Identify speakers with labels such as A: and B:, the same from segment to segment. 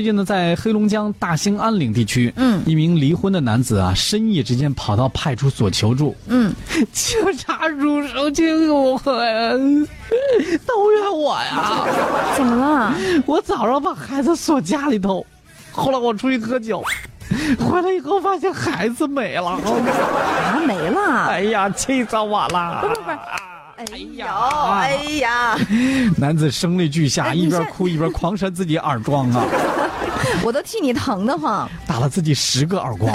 A: 最近呢，在黑龙江大兴安岭地区，
B: 嗯
A: 一名离婚的男子啊，深夜之间跑到派出所求助。
B: 嗯，
A: 警察叔叔，救我 呀！都怨我呀！
B: 怎么了？
A: 我早上把孩子锁家里头，后来我出去喝酒，回来以后发现孩子没了。
B: 啊，没了。
A: 哎呀，气死我 了！
B: 哎呦，哎呀，
A: 男子声泪俱下，
B: 哎
A: 一
B: 你
A: 边
B: 是
A: 哭一边狂扇自己耳光啊！
B: 我都替你疼得慌。
A: 打了自己十个耳 光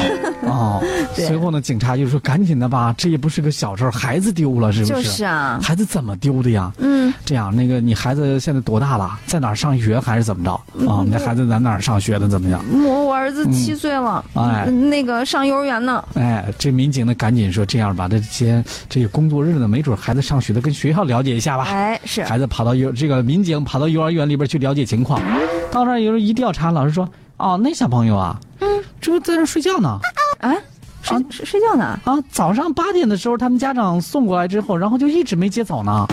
A: 啊！
B: 对
A: 随后呢，警察就说：“赶紧的吧，这也不是个小事儿，孩子丢了是不是？
B: 就是啊
A: 孩子怎么丢的呀？
B: 嗯，
A: 这样，那个你孩子现在多大了？在哪儿上学还是怎么着？
B: 嗯
A: 啊，你的孩子在哪儿上学的？怎么样？
B: 我我儿子七岁了，
A: 嗯哎
B: 嗯那个上幼儿园呢。
A: 哎，这民警呢，赶紧说这样吧，这些这个工作日呢，没准孩子上学的，跟学校了解一下吧。
B: 哎，是
A: 孩子跑到幼这个民警跑到幼儿园里边去了解情况，到那儿有人一调查，老师说：哦，那小朋友啊，嗯，这不在那儿睡觉呢。”
B: 啊，睡睡睡觉呢？
A: 啊，早上八点的时候，他们家长送过来之后，然后就一直没接走呢。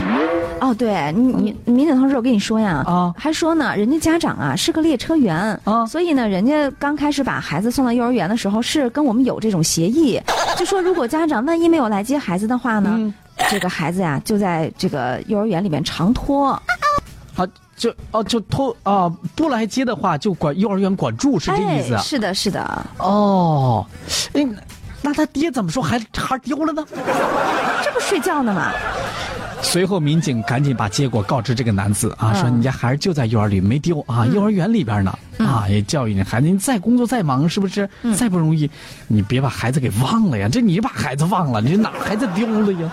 B: 哦，对你你民警同志，我跟你说呀，
A: 啊
B: 还说呢，人家家长啊是个列车员，
A: 啊
B: 所以呢，人家刚开始把孩子送到幼儿园的时候是跟我们有这种协议，就说如果家长万一没有来接孩子的话呢，
A: 嗯
B: 这个孩子呀就在这个幼儿园里面长托。
A: 啊，就哦，就偷啊，不来接的话，就管幼儿园管住，是这意思啊
B: 哎？。是的，是的，
A: 哦，哎，那他爹怎么说还还丢了呢？
B: 这不睡觉呢吗？
A: 随后，民警赶紧把结果告知这个男子啊，说
B: 嗯
A: 你家孩子就在幼儿园里没丢啊，幼儿园里边呢啊，也教育你孩子，你再工作再忙，是不是？再不容易，你别把孩子给忘了呀！这你把孩子忘了，你这哪孩子丢了呀？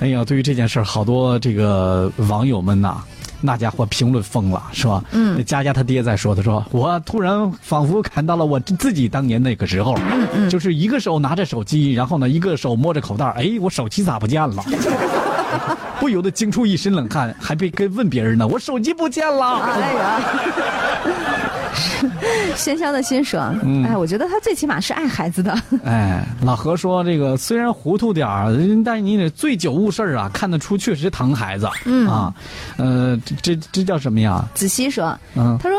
A: 哎呀，对于这件事儿，好多这个网友们呐、那家伙评论疯了，是吧？嗯，那佳佳他爹在说，他说我突然仿佛看到了我自己当年那个时候，嗯嗯，就是一个手拿着手机，然后呢，一个手摸着口袋儿，哎，我手机咋不见了？ 不由得惊出一身冷汗，还被跟问别人呢，我手机不见 了。
B: 哎呀， 喧嚣的心说，哎，我觉得他最起码是爱孩子的。
A: 哎，老何说这个虽然糊涂点儿，但你得醉酒误事儿啊，看得出确实疼孩子。嗯啊，呃，这这这叫什么呀？
B: 子熙说，
A: 嗯
B: 啊他说。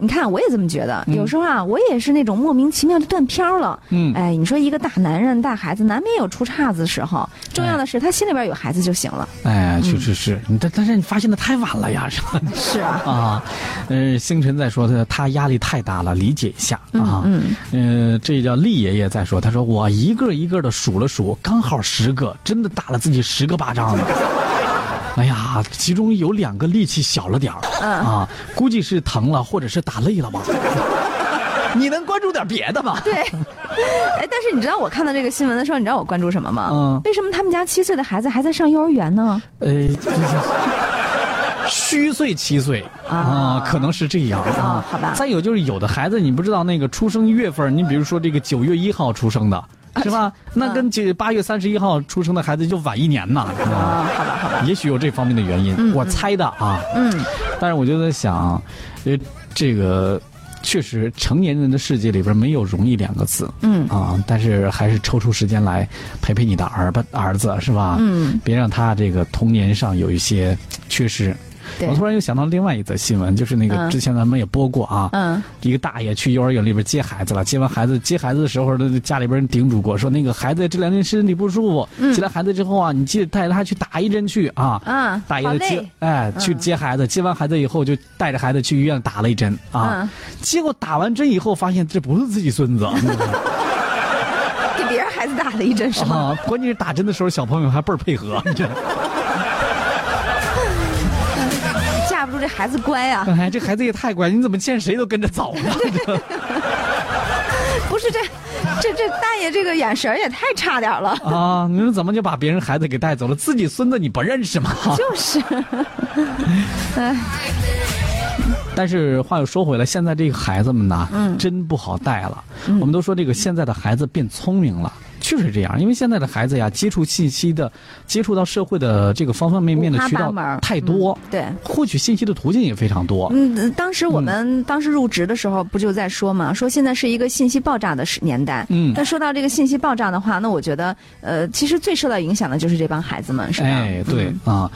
B: 你看，我也这么觉得。有时候啊，我也是那种莫名其妙的断片儿了。
A: 嗯
B: 哎，你说一个大男人、大孩子，难免有出岔子的时候。重要的是，他心里边有孩子就行了。
A: 哎，
B: 嗯
A: 确实是，你但但是你发现的太晚了呀，是吧？
B: 是啊，
A: 啊，呃，星辰在说他他压力太大了，理解一下啊。
B: 嗯
A: 呃，这叫厉爷爷在说，他说我一个一个的数了数，刚好十个，真的打了自己十个巴掌了。 哎呀，其中有两个力气小了点儿，
B: 嗯
A: 啊，估计是疼了或者是打累了吧。 你能关注点别的吗？
B: 对。 哎，但是你知道我看到这个新闻的时候，你知道我关注什么吗？
A: 嗯
B: 为什么他们家七岁的孩子还在上幼儿园呢？
A: 呃，虚岁七岁啊、
B: 啊
A: 可能是这样啊
B: 啊好吧
A: 再有就是有的孩子，你不知道那个出生月份儿，你比如说这个九月一号出生的，是吧？那跟九八月三十一号出生的孩子就晚一年呐，是吧
B: 啊，好吧，好吧。
A: 也许有这方面的原因，我猜的啊。
B: 嗯，
A: 但是我就在想，呃，这个确实成年人的世界里边没有容易两个字。
B: 嗯
A: 啊，但是还是抽出时间来陪陪你的儿吧儿子是吧？
B: 嗯，
A: 别让他这个童年上有一些缺失。
B: 对
A: 我突然又想到另外一则新闻，就是那个
B: 嗯
A: 之前咱们也播过啊，
B: 嗯，
A: 一个大爷去幼儿园里边接孩子了，接完孩子接孩子的时候，呢，家里边人叮嘱过，说那个孩子这两天身体不舒服，接了孩子之后啊，你记得带他去打一针去啊。
B: 啊
A: 大爷
B: 好
A: 的
B: 嘞
A: 接，哎，去接孩子，接完孩子以后就带着孩子去医院打了一针啊，
B: 嗯
A: 结果打完针以后发现这不是自己孙子。 啊
B: 给别人孩子打了一针是吗？
A: 啊，关键是打针的时候，小朋友还倍儿配合。这
B: 架不住这孩子乖啊呀、
A: 哎，这孩子也太乖，你怎么见谁都跟着走呢？
B: 不是这，这这大爷这个眼神儿也太差点儿了。
A: 啊，你说怎么就把别人孩子给带走了？自己孙子你不认识吗？
B: 就是，
A: 但是话又说回来，现在这个孩子们呐，
B: 嗯
A: 真不好带了。我们都说这个现在的孩子变聪明了。确实这样，因为现在的孩子呀，接触信息的、接触到社会的这个方方面面的
B: 五花
A: 渠道
B: 八门嗯
A: 太多，
B: 对
A: 获取信息的途径也非常多。
B: 嗯，当时我们当时入职的时候不就在说嘛，说现在是一个信息爆炸的时年代。
A: 嗯
B: 那说到这个信息爆炸的话，那我觉得，呃，其实最受到影响的就是这帮孩子们，是吧？
A: 哎，对啊，